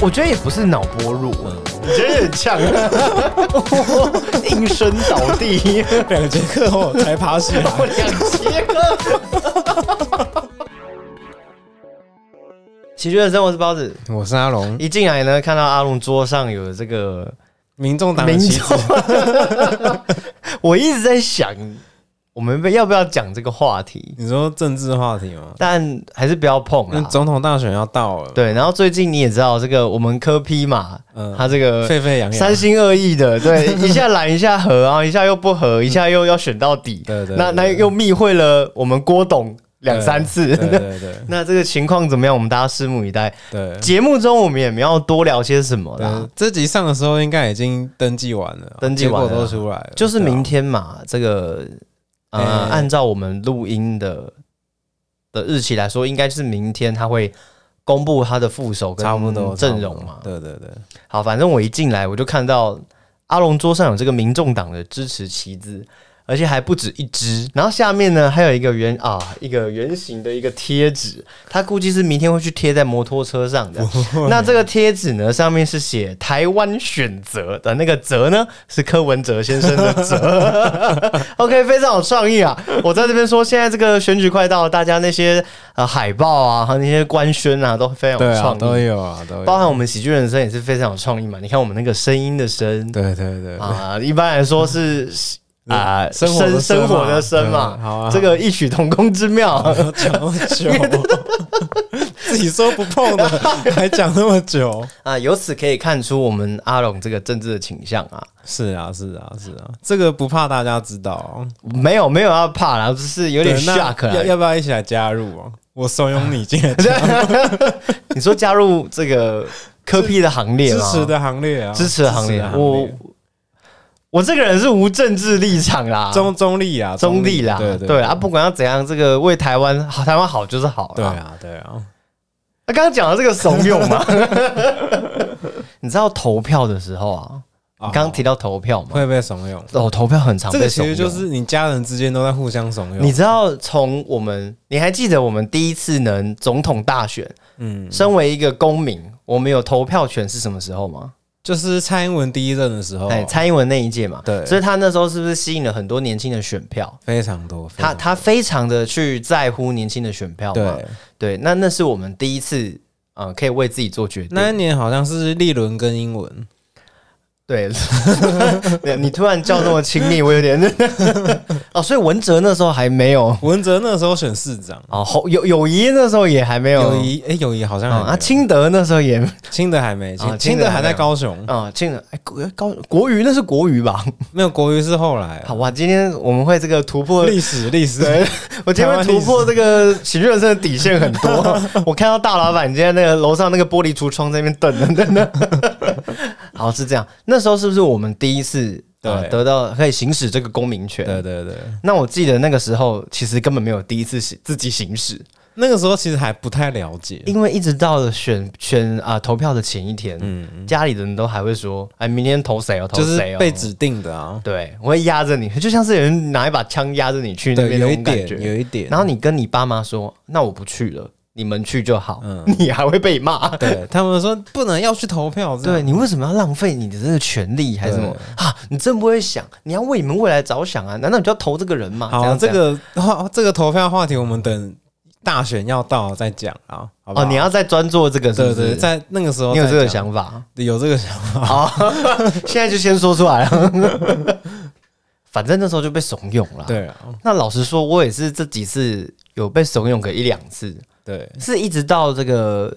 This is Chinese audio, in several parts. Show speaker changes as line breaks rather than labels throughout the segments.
我觉得也不是脑波弱，
你嗯觉得很 呛，应声倒地，
两节课后才爬起来。
两节。
喜剧的生活是包子。
我是阿龙，
一进来呢，看到阿龙桌上有这个
民众党的
民
旗
众
子，，
我一直在想，我们要不要讲这个话题？
你说政治话题吗？
但还是不要碰
那
嗯
啦。
总统大选要到了，
对，然后最近你也知道，这个我们科批嘛，
嗯
他这个
沸沸扬扬
三。心二意的， 对，一下蓝一下合，然啊后一下又不合，一下又要选到底，
嗯对对
那
对
那又密会了我们郭董两三次，
对对对
那这个情况怎么样？我们大家拭目以待。
对
节目中我们也没有多聊些什么啦
对，，这集上的时候应该已经登记完了，
登记完了
结果都出来了，
就是
对啊
明天嘛，这个呃，
哎
按照我们录音的的日期来说，应该是明天他会公布他的副手跟
差不多
阵容嘛
差。不多对对对，
好，反正我一进来我就看到阿龙桌上有这个民众党的支持旗帜，而且还不止一支。然后下面呢还有一个圆啊，一个圆形的一个贴纸，他估计是明天会去贴在摩托车上 的。那这个贴纸呢，上面是写“台湾选择”的那个“择”呢，是柯文哲先生的“择” 。OK，非常有创意啊！我在这边说，现在这个选举快到了，大家那些呃海报啊和那些官宣啊都非常
对
有
啊，
创意，
都有啊，都有，
包含我们喜剧人生也是非常有创意嘛。你看我们那个声音的声
对对对，
啊，一般来说是啊
生活
生
的生
活
嘛
的生嘛，
嗯好啊
这个异曲同工之 妙。
讲那么久，自己说不 碰的，还讲那么久。
啊，由此可以看出我们阿龙这个政治的倾向啊，
是啊，是啊，是啊，这个不怕大家知道啊，
没有没有要怕啦，只是有点
对那
shock 啊
要
啦。
要不要一起来加入啊？我怂恿你 进来支
你说加入这个科批的行列吗？
持的行列啊，
支持的行列，我
我
我这个人是无政治立场啦，
中中立啊，
中立啦，
对对
对啊，不管要怎样，这个为台湾 好，台湾好就是好啦
对啊，对啊，
他刚刚讲的这个怂恿 嘛，你知道投票的时候啊，你刚刚提到投票嘛，
会被怂恿。
哦，投票很常
这
被
个其
怂
实
恿。
就是你家人之间都在互相怂恿，
你知道从我们，你还记得我们第一次能总统大选，
嗯，
身为一个公民，我们有投票权是什么时候吗？
就是蔡英文第一任的时候，
哎，蔡英文那一届嘛，
哦对
所以他那时候是不是吸引了很多年轻的选票？
非常多，非
他
常
他非常的去在乎年轻的选票嘛，对，
对，
那那是我们第一次。呃，可以为自己做决定。
那一年好像是立伦跟英文，
对， 对你突然叫那么亲密，我有点 哦，所以文哲那时候还没有
文哲那时候选市长，
哦，侯友友谊那时候也还没有
友谊哎，友谊好像
啊，
还没有
啊，清德那时候也
清德还没，
啊
清
清
清
德
德
还
还
没有
在高雄，
啊，清德哎国高国语那是国语吧？
没有国瑜是后来啊
好哇，今天我们会这个突破，
历史历史，
对我今天会突破这个喜剧人生的底线很 多。我看到大老板今天那个楼上那个玻璃橱窗在那边等着等着， 好是这样，那时候是不是我们第一次呃
对
得到可以行使这个公民权？
对对对，
那我记得那个时候其实根本没有第一次行自己行使，
那个时候其实还不太了解，
因为一直到了选选啊、投票的前一天，
嗯，
家里人都还会说：“哎，明天投谁哦，投
就是
谁哦。”
被指定的啊，
对，我会压着你，就像是有人拿一把枪压着你去那
对，
边
有
那
一
种感
点
觉。
有一点，
然后你跟你爸妈说：“那我不去了，你们去就好。
嗯
你还会被骂。
对他们说不能要去投票，这
对
样
你为什么要浪费你的这个权利还是什么啊？你真不会想，你要为你们未来着想啊！难道你就要投这个人吗？
好
怎
啊，
样
这
怎样
个话这个 投票话题我们等大选要到再讲啊，好不好？
哦，你要再专做这个是不
对
是，
对，在那个时候
你有
再
这个
讲
想法？
有这个想法，
好， 现在就先说出来了。 反正那时候就被怂恿了。，
对啊，
那老实说，我也是这几次有被怂恿个一两次，
对，
是一直到这个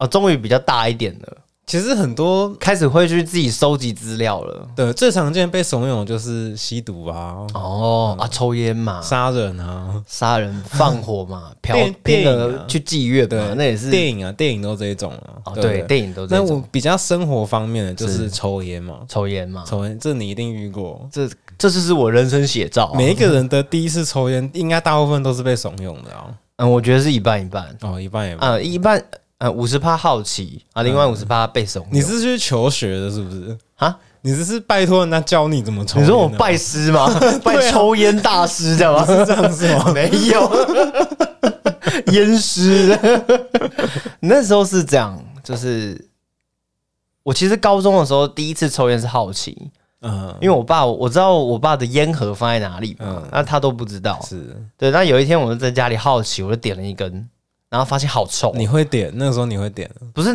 哦，终于比较大一点了，
其实很多
开始会去自己收集资料了。
对最常见被怂恿就是吸毒啊、
哦啊，抽烟嘛，
杀人啊，
杀人、放火 嘛，嫖
电
拼
电影
了
啊
去妓院
对
嘛，，那也是
电影啊，电影都这一种啊。
哦，
对
对，
不对
电影都这
那我
种
比较生活方面的就是是抽烟嘛，
抽烟嘛，
抽烟这你一定遇过。
这这就是我人生写照啊。
每一个人的第一次抽烟，应该大部分都是被怂恿的啊。
嗯，我觉得是一半一半
哦，一般也不。
啊，一半呃五十趴好奇啊，另外五十趴被怂恿。
嗯你是去求学的，是不是？
啊？
你只是拜托人家教你怎么抽
你
烟啊？
说
啊
哦我拜师吗？拜抽烟大师这样吗？是这样子吗？没有， 淹湿。那时候是这样，就是我其实高中的时候第一次抽烟是好奇，
嗯，
因为我爸我知道我爸的烟盒放在哪里嘛，
嗯
那他都不知道。
是
对，那有一天我就在家里好奇，我就点了一根，然后发现好臭，
你会点，那个时候你会点，
不是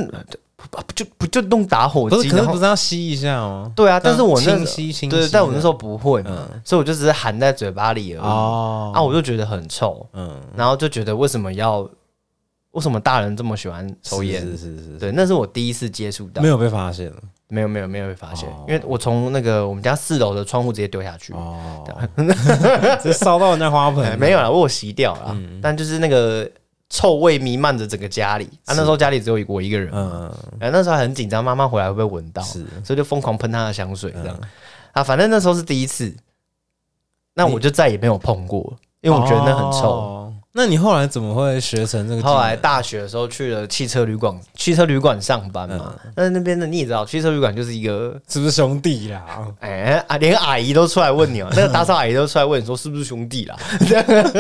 不就不就弄打火
不
机，
是，可
然
是
后
不是要吸一下吗？
对啊，但是我那
清晰清晰
对，
的，
但我那时候不会嘛，
嗯
所以我就只是含在嘴巴里而已。
哦
啊，我就觉得很臭，
嗯，
然后就觉得为什么要为什么大人这么喜欢抽烟？
是是是是，
对，那是我第一次接触到，
没有被发现了
没有没有没有被发现，
哦
因为我从那个我们家四楼的窗户直接丢下去，
哦， 直接哦烧到人家花
哎
盆，
没有啦，我有洗掉啦，
嗯
嗯但就是那个臭味弥漫着整个家里。啊，那时候家里只有我一个人，
嗯，
哎、那时候还很紧张，妈妈回来会不会闻到，所
是嗯
以就疯狂喷她的香水这样。啊，反正那时候是第一次，那我就再也没有碰过，因为我觉得那很臭。
哦那你后来怎么会学成这个技能？
后来大学的时候去了汽车旅馆，汽车旅馆上班嘛，
嗯
那那边的你也知道，汽车旅馆就是一个。
是不是兄弟啦？
哎、啊，连阿姨都出来问你 哦，那个打扫阿姨都出来问你说是不是兄弟啦？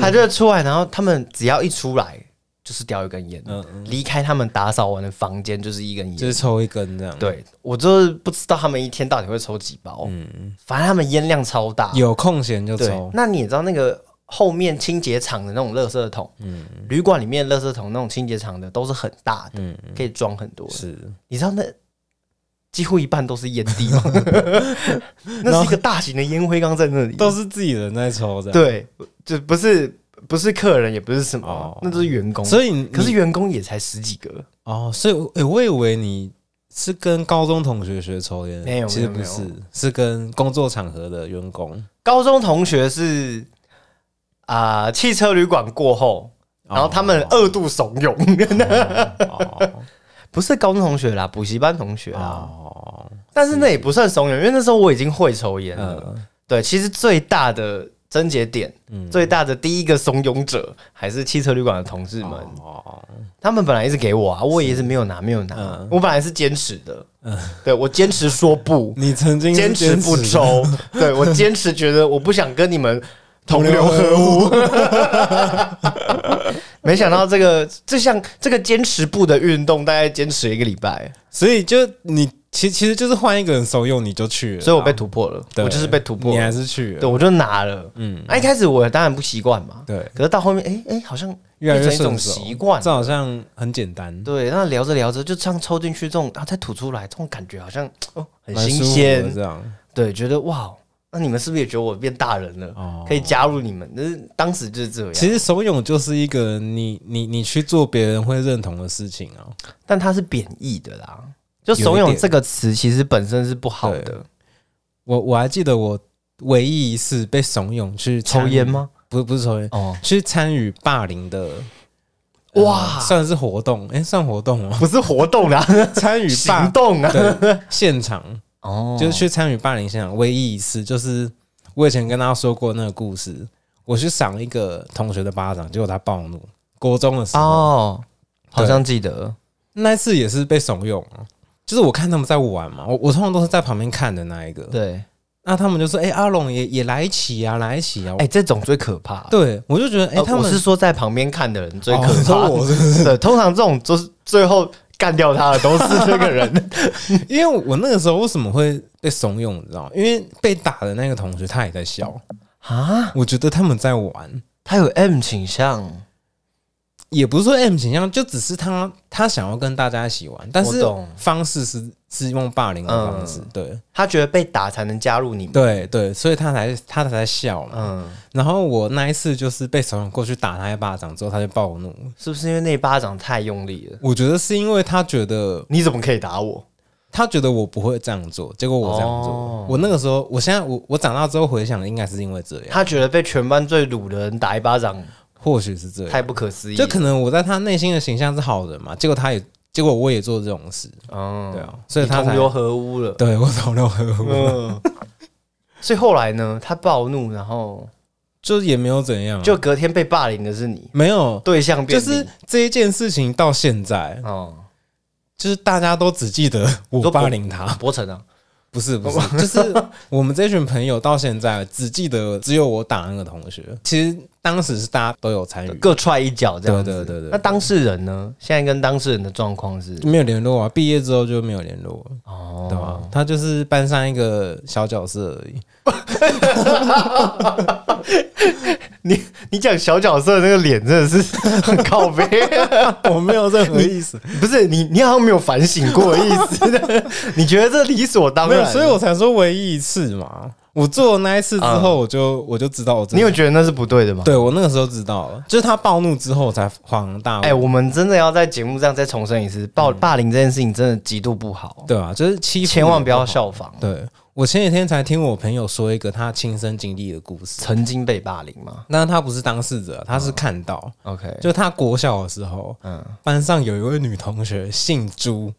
他就出来，然后他们只要一出来就是叼一根烟，
嗯嗯，
离开他们打扫完的房间就是一根
就
烟。
是抽一根这样。，
对我就是不知道他们一天到底会抽几包，
嗯，
反正他们烟量超大。
有空闲就
对
抽，。
那你也知道那个后面清洁厂的那种垃圾桶，
嗯
旅馆里面的垃圾桶那种清洁厂的都是很大的，
嗯，
可以装很多的。
是，
你知道那几乎一半都是烟蒂 吗？那是一个大型的烟灰缸在那里，
都是自己人在抽的。，
对，就不是不是客人，也不是什么，
哦
那都是员工。以，
所以你
可是员工也才十几个，
哦，所以诶，我以为你是跟高中同学学抽烟，
没有
其实
没
不
有
是
没有，
是跟工作场合的员工。
高中同学是啊、汽车旅馆过后，然后他们二度怂恿，
哦
不是高中同学啦，补习班同学啦，
哦，
但是那也不算怂恿，因为那时候我已经会抽烟了。
嗯
对，其实最大的症结点，
嗯
最大的第一个怂恿者还是汽车旅馆的同事们，
哦，
他们本来一直给我啊，我也是没有拿，没有拿，
嗯
我本来是坚持的，对我坚持说不，
你曾经
坚持不抽，对我坚持觉得我不想跟你们同流合 污。没想到这个这项这个坚持不的运动，大概坚持一个礼拜，
所以就你其其实就是换一个人怂恿你就去了啦，
所以我被突破了，
啊对
我就是被突破
你还
了，
是去
对
了，
我就拿了。啊
嗯，
那、一开始我当然不习惯嘛，
对，
可是到后面，哎、哎、好像
越来
变
越
成一种
顺手，
习惯
这。好像很简单，
对，那聊着聊着就这样抽进去，这种啊再吐出来，这种感觉好像哦很
蛮
新
舒服的
鲜，
这样
对，觉得哇，那你们是不是也觉得我变大人了，
哦
可以啊加入你们？但是当时就是这样，
其实怂恿就是一个你你你去做别人会认同的事情啊，
但它是贬义的啦。就
有一
怂恿
点
这个词其实本身是不好的，
我我还记得我唯一一次被怂恿去参
抽
与
烟？吗？
不，不是抽烟，
哦，
去参与霸凌的。
哇
哇，算是活动，哎、算活动 吗？
不是活动 啦，
参与
行
霸
动啊。
对现场，
哦
就是去参与霸凌现场，唯一一次就是我以前跟大家说过那个故事，我去赏一个同学的巴掌，结果他暴怒。国中的时候，
哦，好像记得
那一次也是被怂恿啊，就是我看他们在玩嘛，我我通常都是在旁边看的那一个，
对。
那他们就说：“哎、阿龙也也来一起啊，来一起啊。
哎，这种最可怕。
对，我就觉得，哎、
呃，
他
我
们
是说在旁边看的人最可
哦你
怕
说。我是不
对，通常这种就是最后干掉他的都是这个 人。
是因为我那个时候为什么会被怂恿，你知道吗？因为被打的那个同学他也在笑，
啊，
我觉得他们在玩，
他有 M 倾向，
也不是说 M 形象，就只是他他想要跟大家一起玩，但
我
是
懂
方式是是用霸凌的方式，
嗯
对
他觉得被打才能加入你们。
对对，所以他才他才在笑嘛。
嗯，
然后我那一次就是被怂恿过去打他一巴掌之后，他就暴怒。
是不是因为那一巴掌太用力了？
我觉得是因为他觉得
你怎么可以打我？
他觉得我不会这样做，结果我这样做。
哦
我那个时候，我现在我我长大之后回想，应该是因为这样，
他觉得被全班最鲁的人打一巴掌
或许是这
太
样。
不可思议。
就可能我在他内心的形象是好人嘛，结果他也，结果我也做这种事，
嗯，
对啊，所以
你
他
同
才
流合污了。
对我同流合污，
嗯， 所以后来呢，他暴怒，然后
就是也没有怎样啊，
就隔天被霸凌的是你，
没有，
对象变
就
你
是这一件事情到现在，
哦，
就是大家都只记得
说
我
不
霸凌他，
伯承啊，
不是 不是，就是我们这群朋友到现在只记得只有我打那个同学，其实当时是大家都有参与，
各踹一脚这样子。
对对对对
那当事人呢？现在跟当事人的状况是
没有联络啊。毕业之后就没有联络了，
哦，
对吧？他就是班上一个小角色而已。
你你讲小角色那个脸真的是 很靠背，
我没有任何意思，
不是你你好像没有反省过的意思， 你觉得这理所当
没有，
然？
所以我才说唯一一次嘛。我做了那一次之后，我就我就知道我真
你
的
有觉得那是不对的吗？
对我那个时候知道了，就是他暴怒之后我才恍然大悟。
哎、我们真的要在节目上再重申一次，霸霸凌这件事情真的极度不好，
对啊，就是欺负
哦千万不要
人好。
效仿。
对我前几天才听我朋友说一个他亲身经历的故事，
曾经被霸凌吗
那他不是当事者，他是看到，
？OK，
就他国小的时候，
哦嗯
班上有一位女同学姓朱，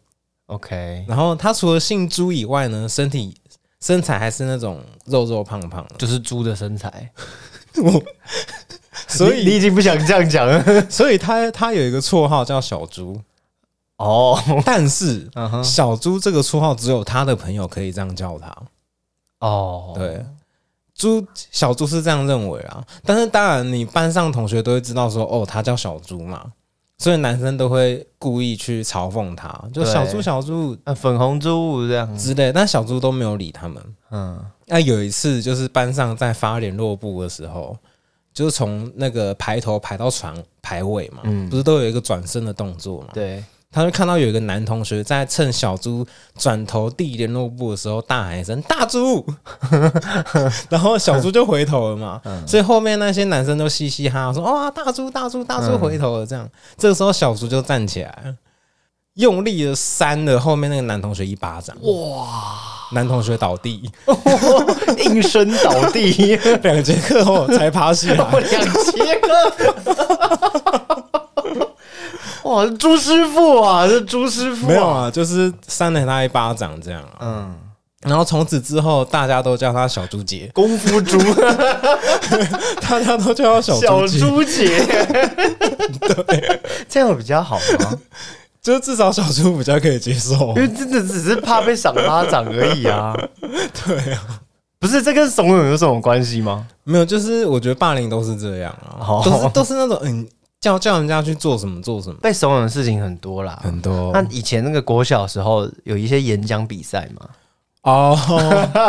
，OK，
然后她除了姓朱以外呢，身体身材还是那种肉肉胖胖 的，
就是猪的身材，
所
你你
以
已经不想这样讲了
所以她她有一个绰号叫小猪，
哦。
但是
嗯哼，
小猪这个绰号只有她的朋友可以这样叫她。
哦，
对，猪小猪是这样认为啊，但是当然你班上同学都会知道说，哦，他叫小猪嘛，所以男生都会故意去嘲讽他，就
对
小猪小猪
啊，粉红猪这样，
之类，但小猪都没有理他们。
嗯，
那有一次就是班上在发联络簿的时候，就是从那个排头排到船排尾嘛，
嗯
不是都有一个转身的动作嘛？
对，
他就看到有一个男同学在趁小猪转头递联络部的时候大喊一声“大猪”， 然后小猪就回头了 嘛。
嗯
所以后面那些男生都嘻嘻哈哈说：“哇，大猪，大猪，大猪
嗯
回头了。”这样，这个时候小猪就站起来，用力的扇了后面那个男同学一巴掌，
哇，
男同学倒地。
应声倒 地，
两节课后才爬起 来，
两节课。哇，朱师傅啊，这朱师傅、啊、
没有啊，就是扇了他一巴掌这样啊、
嗯，
然后从此之后，大家都叫他小猪姐，
功夫猪，
大家都叫他小
小
猪姐。
猪 姐，对，这样比较好吗？
就至少小猪比较可以接受
因。为真的只是怕被赏巴掌而已啊。
对啊，
不是，这跟怂恿有什么关系吗？
没有，就是我觉得霸凌都是这样啊
哦，
都是都是那种嗯，叫叫人家去做什么做什么，
被怂恿的事情很多啦。
很多
那以前那个国小的时候有一些演讲比赛嘛，
哦，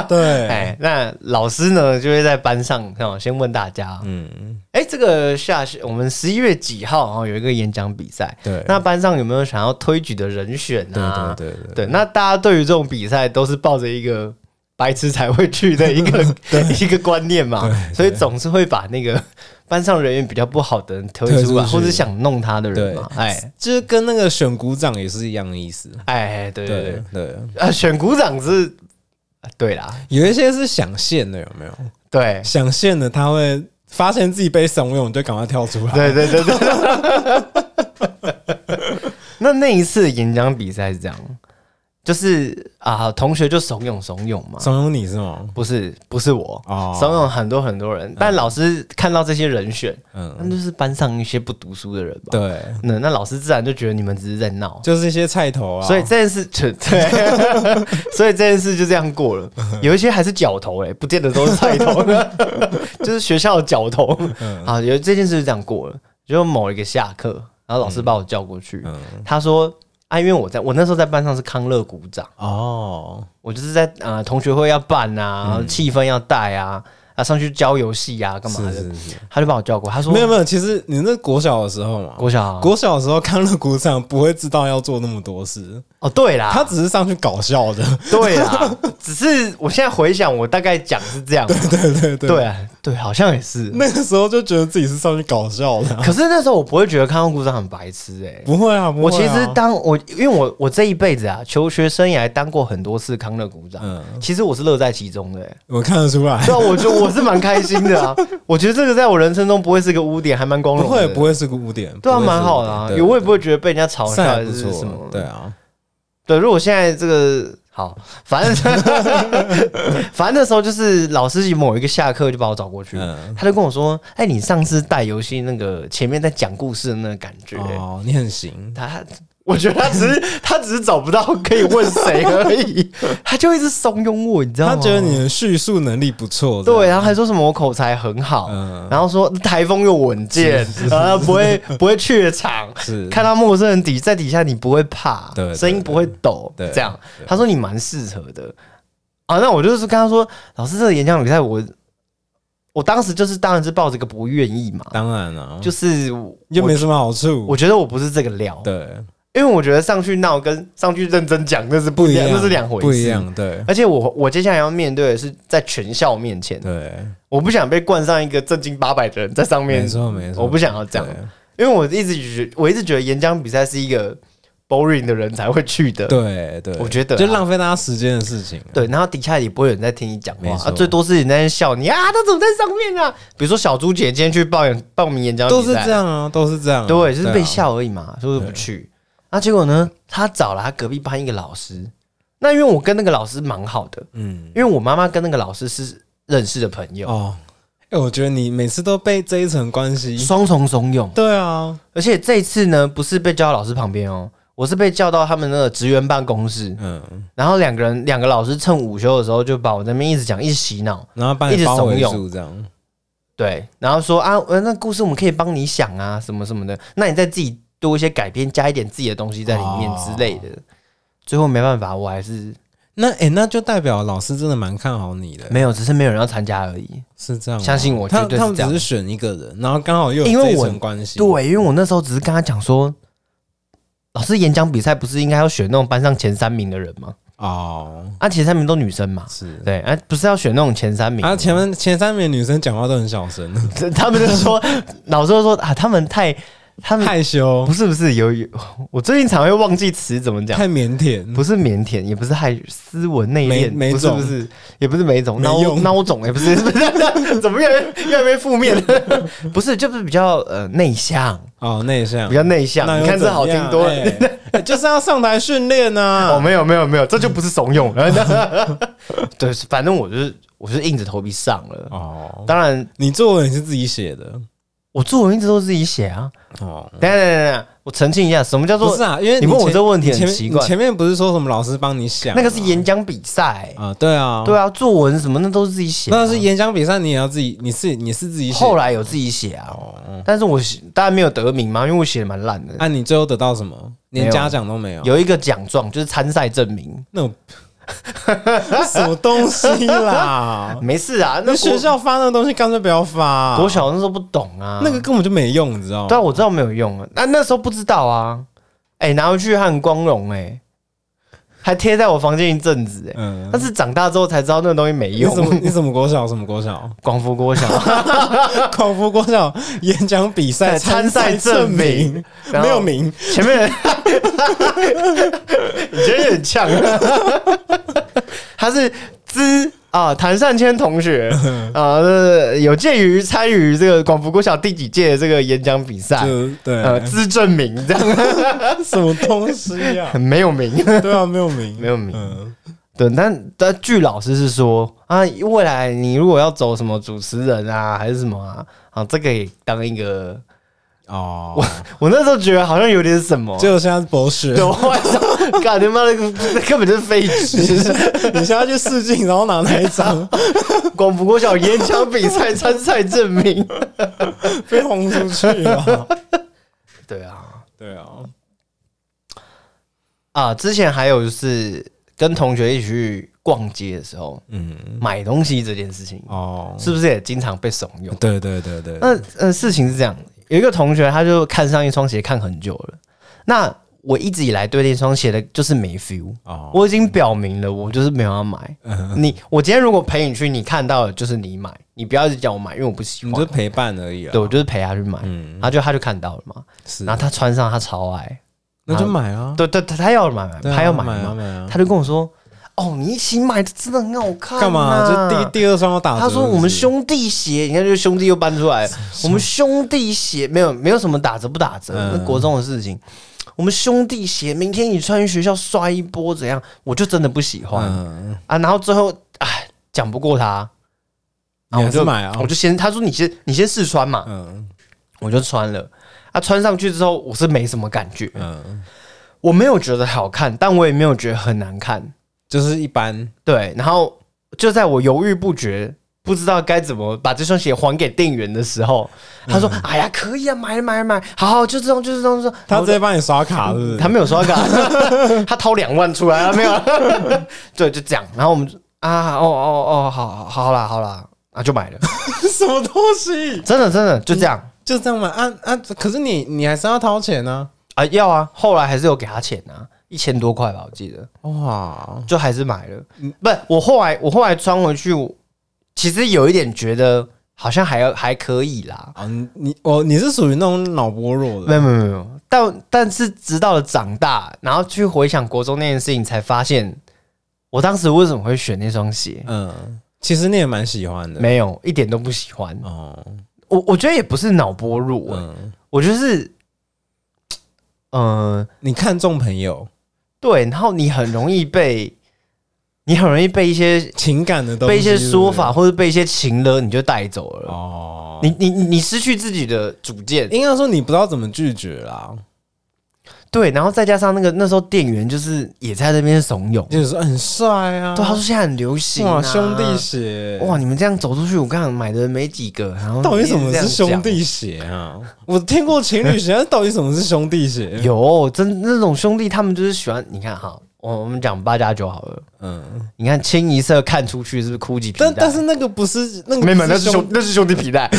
对，
哎，那老师呢就会在班上哦，先问大家，
嗯，
哎，这个下学我们十一月几号哦有一个演讲比赛，
对，
那班上有没有想要推举的人选啊？
对对对对
对那大家对于这种比赛都是抱着一个白痴才会去的一 个一个观念嘛
对，对
所以总是会把那个班上人员比较不好的人推
推
出
出
来，
去
或者想弄他的人
对
嘛，哎。
就是跟那个选股长也是一样的意思。
哎，对对
对
对，
对，
啊，选股长是，啊对啦，
有一些是想现的，有没有？
对
想现的他会发现自己被怂恿，就赶快跳出来。
对对对对。 那那一次演讲比赛是这样，就是啊，同学就怂恿怂恿嘛，
怂恿你是吗？
不是不是我，
哦
怂恿很多很多人，但老师看到这些人选，那
嗯，
就是班上一些不读书的人吧。
对，
那那老师自然就觉得你们只是在闹，
就是一些菜头啊。
所以这件事就 对，所以这件事就这样过 了。有一些还是角头哎、不见得都是菜头，就是学校的角头
嗯
啊。有这件事就这样过了，就某一个下课，然后老师把我叫过去，
嗯，
他说：“啊，因为我在我那时候在班上是康乐股长，
哦，
我就是在啊同学会要办啊，
嗯
然后气氛要带啊，啊上去教游戏啊，干嘛的？”
是是是。
他就把我叫过，他说：“
没有没有，其实你那国小的时候嘛，
哦国小啊、
国小的时候康乐鼓掌不会知道要做那么多事，
哦，对 啦，
他只是上去搞笑的。
对啦，只是我现在回想，我大概讲是这样，
对对对，
对啊对，好像也是。
那个时候就觉得自己是上去搞笑的啊、
可是那时候我不会觉得看到故事很白痴哎、
不会啊，不会
我
啊
其实当我因为我我这一辈子啊，求学生涯当过很多次康乐鼓掌，
嗯，
其实我是乐在其中的、欸。
我看得 出来，
对啊，我就我是蛮开心 的啊。我觉得这个在我人生中不会是个污点，还蛮光
不
荣的。
会不会是个污点，
对啊，
不会是
蛮好的啊。
污点对
我也不会觉得被人家嘲
这
笑
样
还
也不
是什么
错，。对啊，
对，如果现在这个好，反正 反正那时候就是老师某一个下课就把我找过去，
嗯
他就跟我说：“哎、
哦
你上次带游戏那个前面在讲故事的那个感觉、
哦，你很行，
他我觉得他只是他只是找不到可以问谁而 已，他就一直怂恿我，你知道吗？
他觉得你的叙述能力不错，这样
对，然后啊还说什么我口才很好，
嗯
然后说台风又稳健，然后不会不会怯场，
是
看到陌生人底在底下你不会怕，
对对
声音不会抖，
对
这样他说你蛮适合的啊。那我就是跟他说，老师这个演讲比赛我，我当时就是当然是抱着一个不愿意嘛，
当然了，
就
就是
我
又没什么好处。
我觉得我不是这个料，
对，
因为我觉得上去闹跟上去认真讲那是
不
不
一
一样，
样，
那是两回事，
不一。样。对，
而且我我接下来要面对的是在全校面前，
对，
我不想被冠上一个正经八百的人在上面，
没错，没错。
我不想要这样
对，
因为我一直觉我一直觉得演讲比赛是一个 boring 的人才会去的，
对对，
我觉得啊嗯
就浪费大家时间的事情。
对，然后底下也不会有人在听你讲话
没，错
啊，最多是人在那边笑你啊，他怎么在上面啊？比如说小猪姐今天去报演报名演讲比赛
都是这，样啊，都是这样
嗯
啊。
对，就是被
啊
笑而已嘛，所以我不去。那结果呢，他找了他隔壁班一个老师，那因为我跟那个老师蛮好的，
嗯，
因为我妈妈跟那个老师是认识的朋友，
哦，哎，我觉得你每次都被这一层关系。
双重怂恿。
对啊，
而且这一次呢，不是被叫到老师旁边哦，我是被叫到他们那个职员办公室，
嗯，
然后两个人两个老师趁午休的时候就把我那边一直讲，一直洗脑，
然后把
一
你
直
包围
怂恿
住这样。
对，然后说啊，呃那故事我们可以帮你想啊，什么什么的，那你再自己多一些改编，加一点自己的东西在里面
哦
之类的。最后没办法，我还是
那哎，那就代表老师真的蛮看好你的，
没有，只是没有人要参加而已。
是这样吗。
相信我
他
绝对是
他们
这
只
样
是选一个人，然后刚好又有
因为
这一
我
层关系。
对，因为我那时候只是跟他讲说，老师演讲比赛不是应该要选那种班上前三名的人吗？
哦，
啊，前三名都女生嘛，
是。
对，啊，不是要选那种前三名
啊，前面前三名女生讲话都很小声，
他们就说，老师就说啊，他们太，他们
害羞
不，是不是有有，我最近常会忘记词怎么讲，
太腼腆，
不是腼腆，也不是害斯文内敛，
没没
不是
种
不是，也不是没种，
没
孬
用
孬种，也不是， 不是怎么越来越越来越负面？ 不是，就是比较呃内向，
哦，内向，
比较内向，
那
你
又
看这
怎
好听
样
多了。
哎就是要上台训 练
哦，
啊。
没有没有没有，这就不是怂恿， 对，反正我就是我就是硬着头皮上了。
哦，
当然，
你作文也是自己写的
我作文一直都是自己写啊。
哦，
等一下等一下等一下，我澄清一下，什么叫做
不是啊，因为
你问我
前
这问题
你前
很奇怪
你前面不是说什么老师帮你想吗，
那个是演讲比赛、
啊，对啊，
对
啊，
啊，作文什么那都是自己写、啊。
那是演讲比赛，你也要自己，你是你是自己写，
后来有自己写啊，
哦，
但是我写当然没有得名嘛，因为我写的蛮烂的。
啊，你最后得到什么？连
没有
嘉奖都没有，
有一个奖状就是参赛证明，
那种什么东西啦？
没事啊， 那国
那学校发那东西干脆不要发啊，
国小那时候不懂啊，
那个根本就没用，你知道吗？
对啊，我知道没有用啊，那那时候不知道啊，哎、拿回去还很光荣哎、还贴在我房间一阵子哎、
嗯，
但是长大之后才知道那个东西没
你怎么
用。
你怎么国小什么国小？
广福国小
口福国小演讲比赛
对参
参
赛
赛证
证明
明
然后
没有名，
前面 人
你觉得有点呛，
他是资啊谭善谦同学
嗯
啊，呃有介于参与这个广福国小第几届的这个演讲比赛，
就嗯对、
呃，资证明这样
什么东西啊？
没有名，
对啊，没有名，
没有名
嗯，
对，但但据老师是说啊，未来你如果要走什么主持人啊，还是什么啊，啊，这个也当一个。
哦，
我那时候觉得好像有点什么，
就现在是博士
对，，我晚上，干他妈的，那根本就是废
你
纸。
你现在去试镜，然后拿那 一张
广福国小演讲比赛参赛证明。
被轰出去啊了。
对啊，
对啊，
啊，之前还有就是跟同学一起去逛街的时候，
嗯，
买东西这件事情，
哦，
是不是也经常被怂恿？
对对对对，
那呃，事情是这样，有一个同学他就看上一双鞋看很久了，那我一直以来对那双鞋的就是没 feel，
哦，嗯
我已经表明了，我就是没有要买。你我今天如果陪你去，你看到的就是你买，你不要一直叫我买，因为我不喜
你
欢。
就陪伴而已啊
对，，我就是陪他去买，
嗯，
然后就他就看到了嘛，
是
然，后他穿上他超爱，
那就买啊，
对对，他他要买，
对啊
他要买
买啊
嘛，
买啊，
他就跟我说，哦，你一起买的真的很好看、啊
干嘛？就第。第二双要打折，
他说：“我们
是不是
兄弟鞋，你看，这兄弟又搬出来了。我们兄弟鞋没有没有什么打折不打折，
嗯
那国中的事情。我们兄弟鞋，明天你穿去学校摔一波怎样？我就真的不喜欢
嗯，
啊。然后最后，哎，讲不过他，然
你
后我
还是
就
买啊
我就先他说你先你先试穿嘛，
嗯
我就穿了。啊，穿上去之后我是没什么感觉，
嗯，
我没有觉得好看，但我也没有觉得很难看。
就是一般
对，然后就在我犹豫不决，不知道该怎么把这双鞋还给店员的时候，他说：“哎呀，可以啊，买了买了买了，好好，就这种，就这种，就这种。”
他直接帮你刷卡，是不是？
他没有刷卡， 他掏两万出来了啊没有？对，就这样。然后我们就啊，哦哦哦，好好好啦好啦，啊就买了，
什么东西？
真的真的就这样
就这样嘛？啊啊！可是你你还是要掏钱呢、
啊，要啊。后来还是有给他钱啊，一千多块吧，我记得，
哇，
就还是买了。不，我后来我后来穿回去，我其实有一点觉得好像还还可以啦。
啊，你你我你是属于那种脑波弱
没
的，
有没有没有没有，但但是直到了长大，然后去回想国中那件事情，才发现我当时为什么会选那双鞋，
嗯，其实你也蛮喜欢的，
没有一点都不喜欢。
哦，
我我觉得也不是脑波弱、欸
嗯，
我就是，嗯、
你看中朋友
对，然后你很容易被，你很容易被一些
情感的东西，
被一些
是不是
说法或者被一些情了，你就带走了。
哦，
你你你你失去自己的主见，
应该说你不知道怎么拒绝啦，
对，然后再加上那个那时候店员就是也在那边怂恿，
就是说很帅啊，
对，他说现在很流行、啊，
哇兄弟鞋，
哇，你们这样走出去，我刚刚买的没几个，然后
到底什
你
么
一直
是
这样
兄
讲？
弟鞋啊？我听过情侣鞋，但到底什么是兄弟鞋？
有真那种兄弟，他们就是喜欢。你看哈，我我们讲八加九好了，
嗯，
你看清一色看出去是不是枯几皮带？
但但是那个不是那个
没有，没有
不
那
是
是兄那是兄弟皮 带，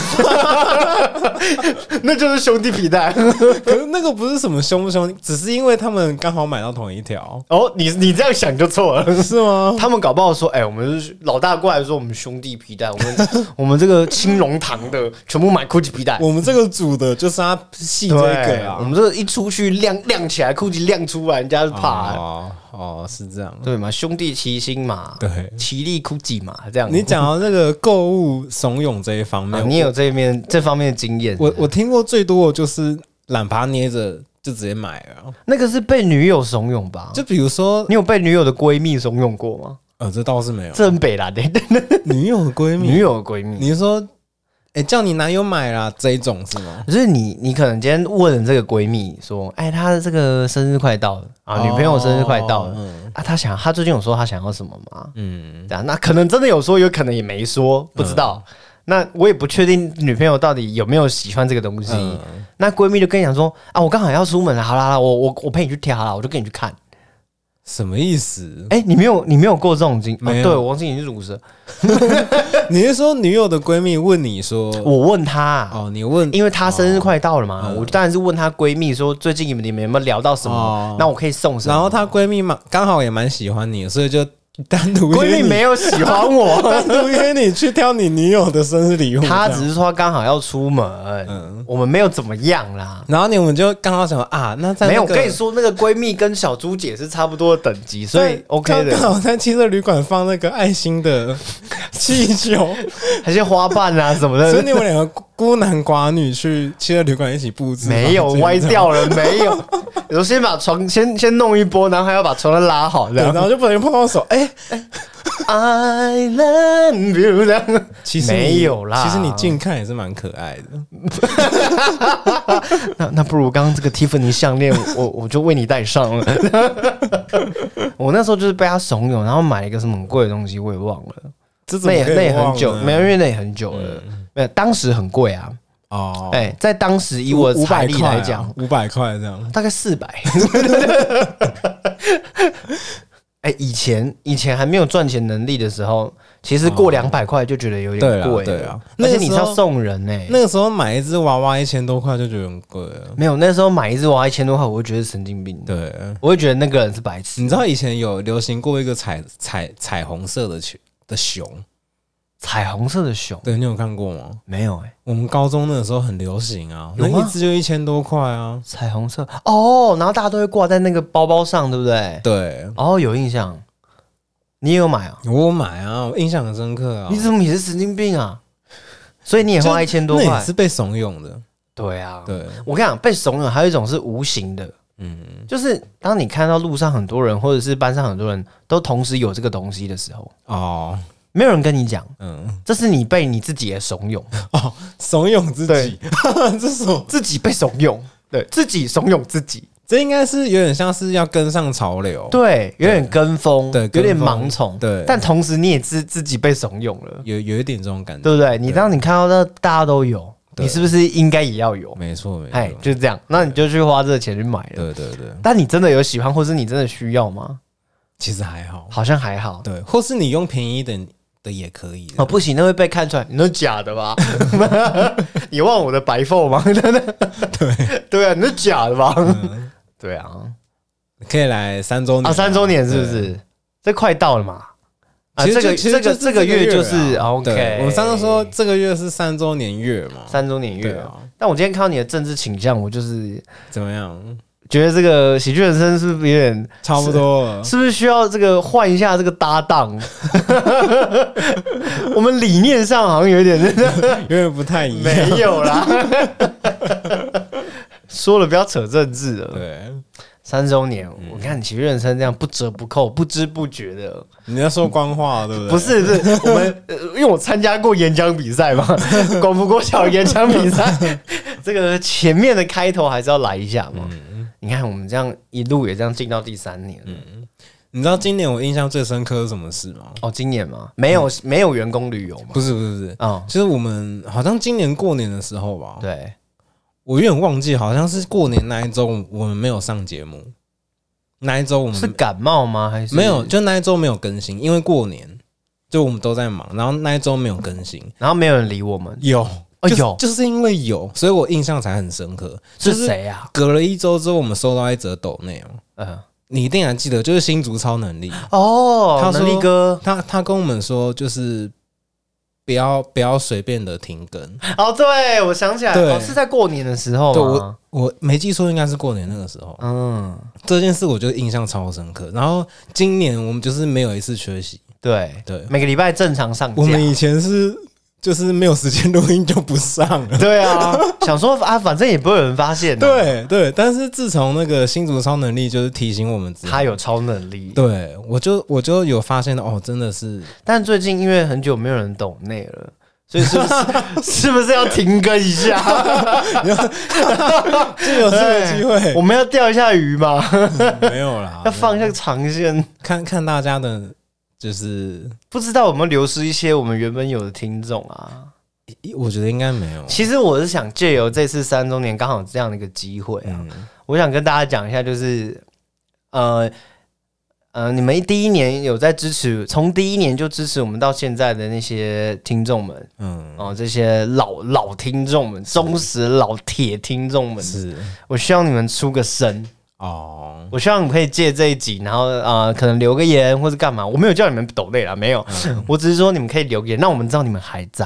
那就是兄弟皮带。
可是那个不是什么凶不凶，只是因为他们刚好买到同一条，
哦，你你这样想就错了。
是 吗？
他们搞不好说，哎、我们是老大过来说我们兄弟皮带，我们 我们这个青龙堂的全部买 GUCCI 皮带。
我们这个组的就是他细这
对
个，
我
啊，
们这个一出去亮亮起来，GUCCI 亮出来，人家就怕、
哦哦，是这样。
对嘛？兄弟齐心嘛，
对
齐力 GUCCI 嘛，这样。
你讲到那个购物怂恿这一方
啊
面，
你也有这面这方面的经验。
我我听过最多的就是懒爬捏着就直接买了，
那个是被女友怂恿吧？
就比如说，
你有被女友的闺蜜怂恿过吗？
呃，这倒是 没有，
这很北啦， 对，
女友的闺蜜
女，友的闺蜜。
你是说，哎、叫你男友买啦，这一种是吗？
就是你，你可能今天问这个闺蜜说：“哎，她的这个生日快到了啊，女朋友生日快到了、
嗯
啊，她想她最近有说她想要什么吗？
嗯，
对啊，那可能真的有说，有可能也没说，不知道。那我也不确定女朋友到底有没有喜欢这个东西。
嗯
那闺蜜就跟你讲说：啊，我刚好要出门了，好啦，好啦我我我陪你去挑好啦，我就跟你去看。
什么意思？
哎、你没有你没有过这种经，哦、
没有
对我忘记你是主持人。
你是说女友的闺蜜问你说，
我问她、啊，
哦，你哦嗯问
因为她生日快到了嘛，我当然是问她闺蜜说最近你们你们有没有聊到什么，
哦
那我可以送什么。
然后她闺蜜嘛，刚好也蛮喜欢你，所以就单独
闺
约
蜜
你
没有喜欢我，
单独约你去挑你女友的生日礼物，
她
这样
只是说她刚好要出门，
嗯
我们没有怎么样啦。
然后你们就刚好想啊，那在、那
没有，我
个
跟你，说，那个闺蜜跟小猪姐是差不多的等级，所
对
以 OK
刚
的，
好在汽车旅馆放那 个爱心的气球，
还是花瓣啊什么
所
的，
以 你们两个孤男寡女去汽车旅馆一起布置，
没有
这样
歪。掉了，没 有。有时候先把床先先弄一波，然后还要把床单拉好，这
对，
样
然。后就不小心碰到手，哎、
I love you 这样。
其实你
没有啦
其实你近看也是蛮可爱的。
那那不如刚刚这个 Tiffany 项链，我我我就为你戴上 了。我那时候就是被他怂恿，然后买了一个什么很贵的东西，我也忘了。
这怎
那
么
也
可以
那也
忘嗯
很久，
呢
没有因为那也很久了。没有，当时很贵啊。
哦，
哎，在当时以我的
五
财
百
力
块啊
来讲，，
五百块这样。
大概四百。 哎，以前以前还没有赚钱能力的时候，其实过两百块就觉得有
哦对
点
啊
贵
对
了
啊，
而且
那个
你是
时
要
候
送人呢。
那个时候买一只娃娃一千多块就觉得很贵了。
没有，那时候买一只娃娃一千多块，我会觉得神经病。
对，
我会觉得那个人是白痴。
你知道以前有流行过一个彩彩彩虹色的球的熊，
彩虹色的熊
对你有看过吗？
没有哎、
我们高中那个时候很流行啊，
有
那
吗
一只就一千多块啊。
彩虹色哦，然后大家都会挂在那个包包上，对不对？
对，
哦，有印象，你也有买啊？
我有买啊，我印象很深刻啊。
你怎么也是神经病啊？所以你也
就
花一千多
那
块
也？是被怂恿的。
对啊，
对，
我跟你讲，被怂恿还有一种是无形的，
嗯，
就是当你看到路上很多人，或者是班上很多人都同时有这个东西的时候，
哦，
没有人跟你讲，
嗯，
这是你被你自己的怂 恿，
怂恿自己，这是什么
自己被怂恿，对自己怂恿自己，
这应该是有点像是要跟上潮流，，
对，有点跟风，
哦对
有
跟
点
风
盲从，
对嗯
但同时你也自自己被怂恿了，
有有一点这种感觉，
对不对？你当你看到那大家都有，
对
你是不是应该也要有？
没错没
哎，
错，
就是这样，那你就去花这个钱去买了。
对对对，
但你真的有喜欢，或是你真的需要吗？
其实还好，
好像还好。
对，或是你用便宜一点的也可以
哦，不行，那会被看出来，你那假的 吧？你忘我的白凤吗？对 对啊，你那假的吧？
嗯
对
哦
啊，
可以来三周年
啊，三周年是不？是？这快到了嘛？啊，
对其
这
实就
个
其实
这个
就
这个月就
啊
是啊
对
OK。
我们上次说这个月是三周年月嘛，
三周年
对
月啊，
啊，
但我今天看到你的政治倾向，我就是
怎么样？
觉得这个喜剧人生是不是有点，
差不多了，
是不是需要这个换一下这个搭档？ 我们理念上好像有点
有点不太一
没
样。
有啦。 说了不要扯政治了。嗯
对，
三周年，我看喜剧人生这样不折不扣、不知不觉的，
你在说官话对不对？
不，是是，我们呃因为我参加过演讲比 赛嘛，广福国小演讲比 赛，这个前面的开头还是要来一下嘛。你看我们这样一路也这样进到第三年，
你知道今年我印象最深刻是什么事吗？
哦，今年嘛，没有、没有员工旅游嘛，
不是不是不是，
哦，
就是我们好像今年过年的时候吧，
对，
我有点忘记，好像是过年那一周我们没有上节目，那一周我
是
们
感冒吗？还是
没有，？就那一周没有更新，因为过年就我们都在忙，然后那一周没有更新。
然后没有人理我们，
有
哦
就
有
就是因为有，所以我印象才很深刻。就是是
谁啊呀、
隔了一周之后，我们收到一则抖内哦，
啊？嗯、
你一定还记得，就是新竹超 能力，
哦，
他
能力
说
哥，
他他跟我们说就是不要不要随便的停更。
哦，对，我想起来，
对
哦，是在过年的时候
对
吗
我？我没记错，应该是过年那个时候。
嗯，
这件事我就印象超深刻。然后今年我们就是没有一次缺席，
对，
对
每个礼拜正常上架
我。们以前是就是没有时间录音就不上了。
对啊，想说啊，反正也不会有人发现、啊，，
对对，但是自从那个新竹超能力就是提醒我们之后，
他有超能力。
对我就我就有发现哦，真的是
但最近因为很久没有人懂内了。所以是不 是是不是要停更一下？
就有 这个机
我
会，
们要钓一下鱼嘛，
没有啦
要，放一下长线。
看看大家的，就是
不知道有没有流失一些我们原本有的听众啊？
我觉得应该没 有，
其实我是想借由这次三周年刚好有这样的一个机会啊，
嗯，
我想跟大家讲一下，就是呃呃，你们第一年有在支持，从第一年就支持我们到现在的那些听众们
嗯，
哦，这些老老听众们，忠实老铁听众们，
是
我希望你们出个声，
哦，
我希望你可以借这一集，然后呃，可能留个言或是干嘛，我没有叫你们抖泪啦，没有，
嗯
我只是说你们可以留言，让我们知道你们还在，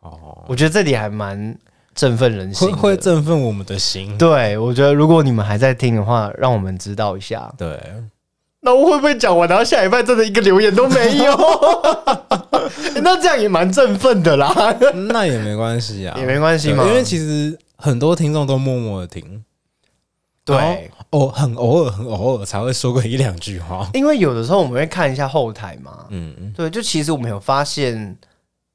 哦，
我觉得这里还蛮振奋人心
会
的，
会振奋我们的心，
对，我觉得如果你们还在听的话，让我们知道一下。
对，
那我会不会讲完，然后下礼拜真的一个留言都没 有？那这样也蛮振奋的啦，
那也没关系啊，
也没关系嘛。
对因为其实很多听众都默默的听，
对，，
偶哦很偶尔很偶尔才会说过一两句话，
因为有的时候我们会看一下后台嘛。
嗯，
对，就其实我们有发现，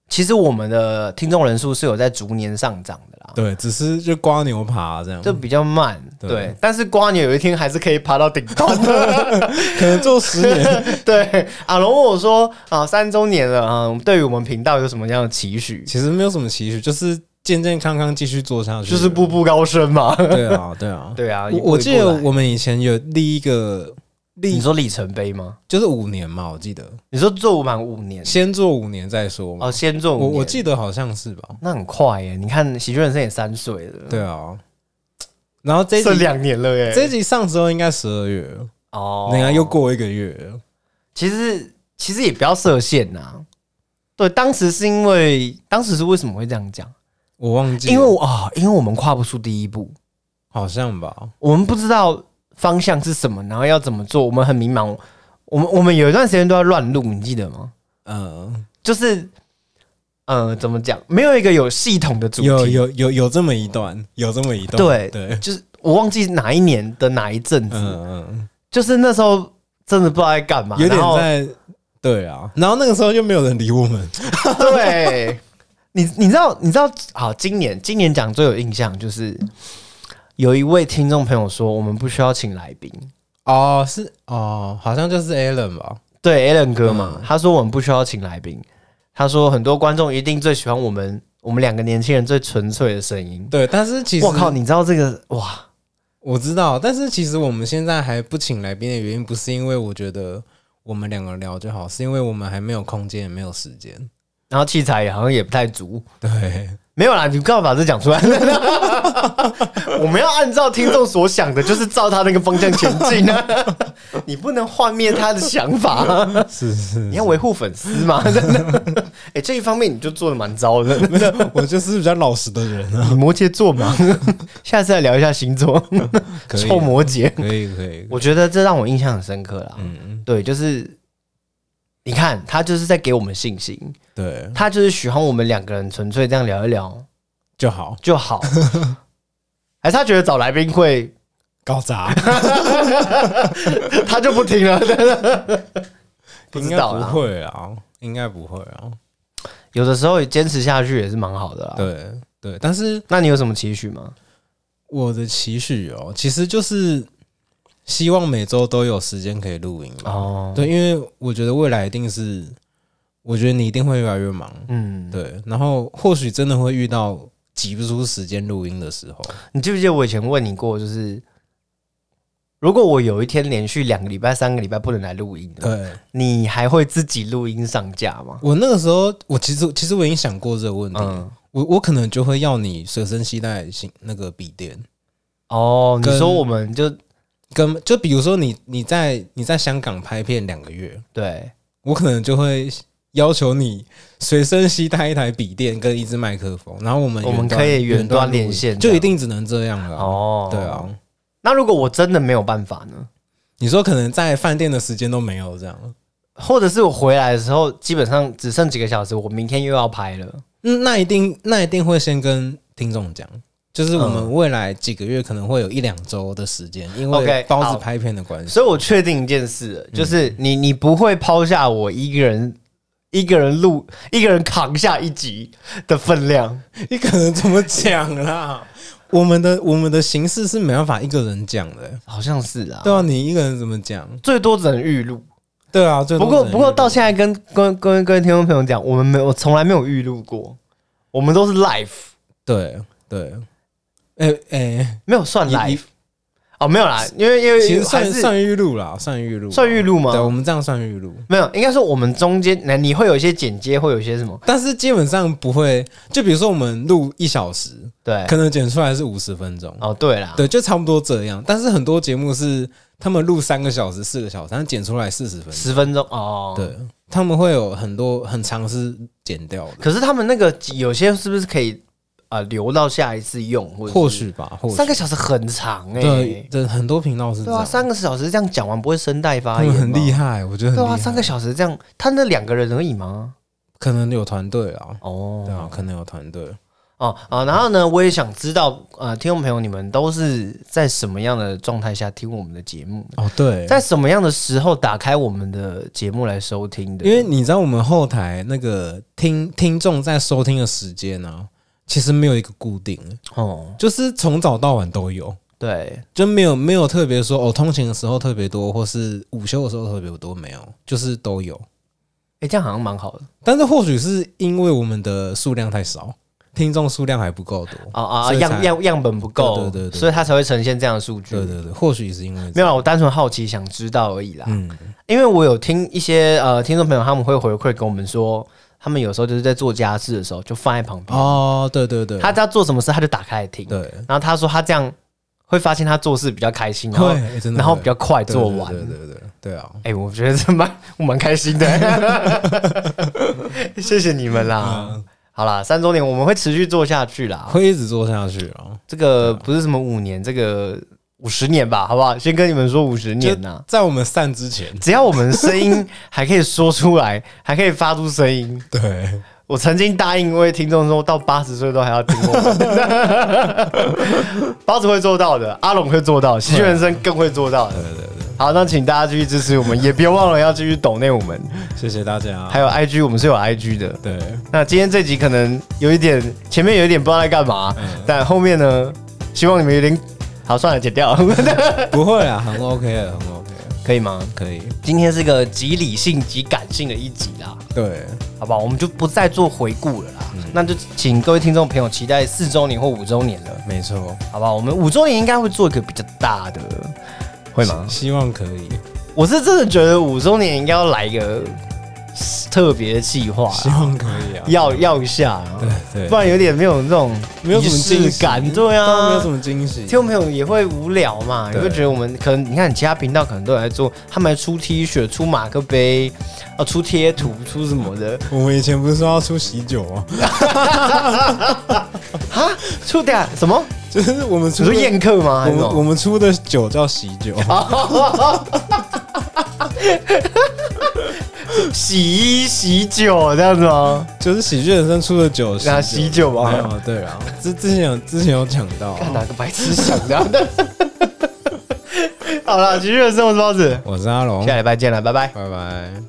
其实我们的听众人数是有在逐年上涨的啦。
对，只是就刮牛扒这样，
这比较慢，
对
对，但是瓜牛有一天还是可以爬到顶端 的。
可能做十年，
对，阿龙问我说：“啊，三周年了啊，对于我们频道有什么样的期许？”
其实没有什么期许，就是健健康康继续做下去，
就是步步高升嘛。
对啊，对啊，
对啊，
我我记得
我
我们以前有立一个
你
立，
说里程碑吗？
就是五年嘛，我记得
你说做满五年
先做五年再说嘛
哦，，先做五
我
年，嗯
我记得好像是吧，
那很快耶！你看喜剧人生也三岁了，，
对啊，然后这一
剩
集
两年了耶。
这一集上之后应该十二月了，
哦，
你看又过一个月了，
其实其实也不要设限呐。对，当时是因为当时是为什么会这样讲？
我忘记了，
因为我啊、因为我们跨不出第一步，
好像吧，
我们不知道方向是什么，然后要怎么做，我们很迷茫。我们我们有一段时间都在乱录，你记得吗？
嗯，
就是，呃，怎么讲？没有一个有系统的主题，
有有有有这么一段，有这么一段，
对
对，
就是我忘记哪一年的哪一阵子，
嗯
就是那时候真的不知道在干嘛，
嗯，有点
然后
在。对啊，然后那个时候就没有人理我们，
对。你你知道你知道好，今年今年讲最有印象就是有一位听众朋友说，我们不需要请来宾。
哦，是哦，好像就是 Alan 吧？
对 Alan 哥嘛，
嗯
他说我们不需要请来宾，他说很多观众一定最喜欢我们我们两个年轻人最纯粹的声音。
对，但是其实
我靠，你知道这个哇？
我知道，但是其实我们现在还不请来宾的原因，不是因为我觉得我们两个聊就好，是因为我们还没有空间，也没有时间。
然后器材也好像也不太足，
对，
没有啦，你干嘛把这讲出来？ 我们要按照听众所想的，就是照他那个方向前进 啊！你不能幻灭他的想法，
是是
你，要维护粉丝嘛？ 真的，哎、这一方面你就做的蛮糟的。
没有，我就是比较老实的人啊。
你摩羯座嘛，下次来聊一下星座，
可以，
臭摩羯。
可以，可以，
我觉得这让我印象很深刻啦。
嗯，
对，就是你看，他就是在给我们信心，
对，
他就是喜欢我们两个人纯粹这样聊一聊
就好，
就 好。还是他觉得找来宾会，
搞砸，
他就不听了。 不
应
知
该
道
不
啦，
会啊，应该不会啊。
有的时候坚持下去也是蛮好的啦。
对对，但是
那你有什么期许吗？
我的期许哦，其实就是希望每周都有时间可以录音吧。
哦，
对，因为我觉得未来一定是，我觉得你一定会越来越忙。
嗯，
对，然后或许真的会遇到挤不出时间录音的时候。
你记不记得我以前问你过，就是如果我有一天连续两个礼拜、三个礼拜不能来录音的，
对
你还会自己录音上架吗？
我那个时候，我其实其实我已经想过这个问题，
嗯，
我我可能就会要你随身携带新那个笔电，
哦，你
跟
说我们就
跟就比如说你你在你在香港拍片两个月，
对，
我可能就会要求你随身携带一台笔电跟一支麦克风，然后我们
我们
远端
可以远端
录音
连线
就
这样
一定只能这样了啊、
哦，
对。啊，
那如果我真的没有办法呢？
你说可能在饭店的时间都没有这样，
或者是我回来的时候，基本上只剩几个小时，我明天又要拍了。
嗯，那一定那一定会先跟听众讲，就是我们未来几个月可能会有一两周的时间，因
OK，
为包
好
子拍片的关系。
所以我确定一件事了，就是你你不会抛下我一个人。一个人录，一个人扛下一集的分量，
你可能怎么讲啦？ 我们的我们的形式是没办法一个人讲的、
好像是啊，
对啊，你一个人怎么讲？
最多只能预录。
对啊，最
不
多
过，
只能
不过
一个人
到现在跟跟跟跟听众朋友讲，我们没有，我从来没有预录过，我们都是 live，
对对，哎、哎、
没有算
你
live。哦，没有啦，因为因为
其实
还
算
是
算预录啦，算预录，
算预录啊吗
对，我们这样算预录，
没有，应该说我们中间，那你会有一些剪接，会有一些什么？
但是基本上不会。就比如说我们录一小时，
对，
可能剪出来是五十分钟，
哦，对啦，
对，就差不多这样。但是很多节目是他们录三个小时、四个小时，但剪出来四十分钟，
十分钟哦，。
对，他们会有很多很长是剪掉的，
可是他们那个有些是不是可以啊、呃留到下一次用？或者是
或许吧，或许
三个小时很长哎、
对对，很多频道是这
对啊，
样，
三个小时这样讲完不会声带
他
发炎
们
吗
很厉，害，我觉得很
对
厉
啊，
害，
三个小时这样，他那两个人而已吗？
可能有团队啊，
哦，
对啊，可能有团队。
哦啊，然后呢，我也想知道，呃，听众朋友，你们都是在什么样的状态下听我们的节目？
哦，对，
在什么样的时候打开我们的节目来收听的？
因为你知道我们后台那个听听众在收听的时间呢、其实没有一个固定的，
哦，
就是从早到晚都有，
对，
就没有没有特别说哦，通勤的时候特别多，或是午休的时候特别多，没有，就是都有。
哎，这样好像蛮好的。
但是或许是因为我们的数量太少，听众数量还不够多。
哦啊啊，
所以才
样样样本不够，
对对对对
所以它才会呈现这样的数据。
对对对，或许是因为这
没有
样
啦，我单纯好奇想知道而已啦。
嗯，
因为我有听一些呃听众朋友他们会回馈跟我们说，他们有时候就是在做家事的时候就放在旁边，
哦，对对对，
他在做什么事他就打开来听。
对
然后他说他这样会发现他做事比较开心，然后
会哎真的会，
然后比较快做
对对
完。
对对对对对啊，
哎、我觉得这蛮我蛮开心的， 谢谢你们啦。
嗯
好啦，三周年我们会持续做下去啦。
会一直做下去啊。
这个不是什么五年，这个五十年吧，好不好？先跟你们说五十年呐、
在我们散之前，
只要我们声音还可以说出来，还可以发出声音，
对，
我曾经答应一位听众说，到八十岁都还要听我 们。包子会做到的，阿龙会做到，喜剧人生更会做到的。好，那请大家继续支持我们，也别忘了要继续抖内我们，
谢谢大家
还。有 IG，我们是有 IG 的。
对，
那今天这集可嗯能有一点，前面有一点不知道在干嘛，但后面呢，希望你们有点好，算了，剪掉，
不会啊，很 OK 的，很 OK 的，
可以吗？
可以。
今天是个极理性、极感性的一集啦，
对，
好不好？我们就不再做回顾了啦，
嗯
那就请各位听众朋友期待四周年或五周年了，
没错，
好不好？我们五周年应该会做一个比较大的，会吗？
希望可以，啊
我是真的觉得五周年应该要来一个特别计划啦，
希望可以啊。
要要一下啊，
对
不
对，
然有点没有那种
没有什么
仪
惊
式
喜
感，对
当然
啊，
没有什么惊喜。
听众朋友也会无聊嘛，也
对
会觉得我们可能你看其他频道可能都有在做，他们还出 T 恤、出马克杯、啊出贴图、出什么的，
我们以前不是说要出喜酒吗？
出的什么？
就是我们
你
出
说
的
宴客啊吗？
我
还是什
们我
么？
们出的酒叫喜酒，
啊洗衣洗酒这样子吗？
就是喜剧人生出的酒，
啊，洗酒
没
吗？
有对啊，之之前有之前有讲到啊，
看哪个白痴想的？啊 好了，今日的生活是包子，
我是阿龙
下，礼拜见了，拜拜。
拜拜。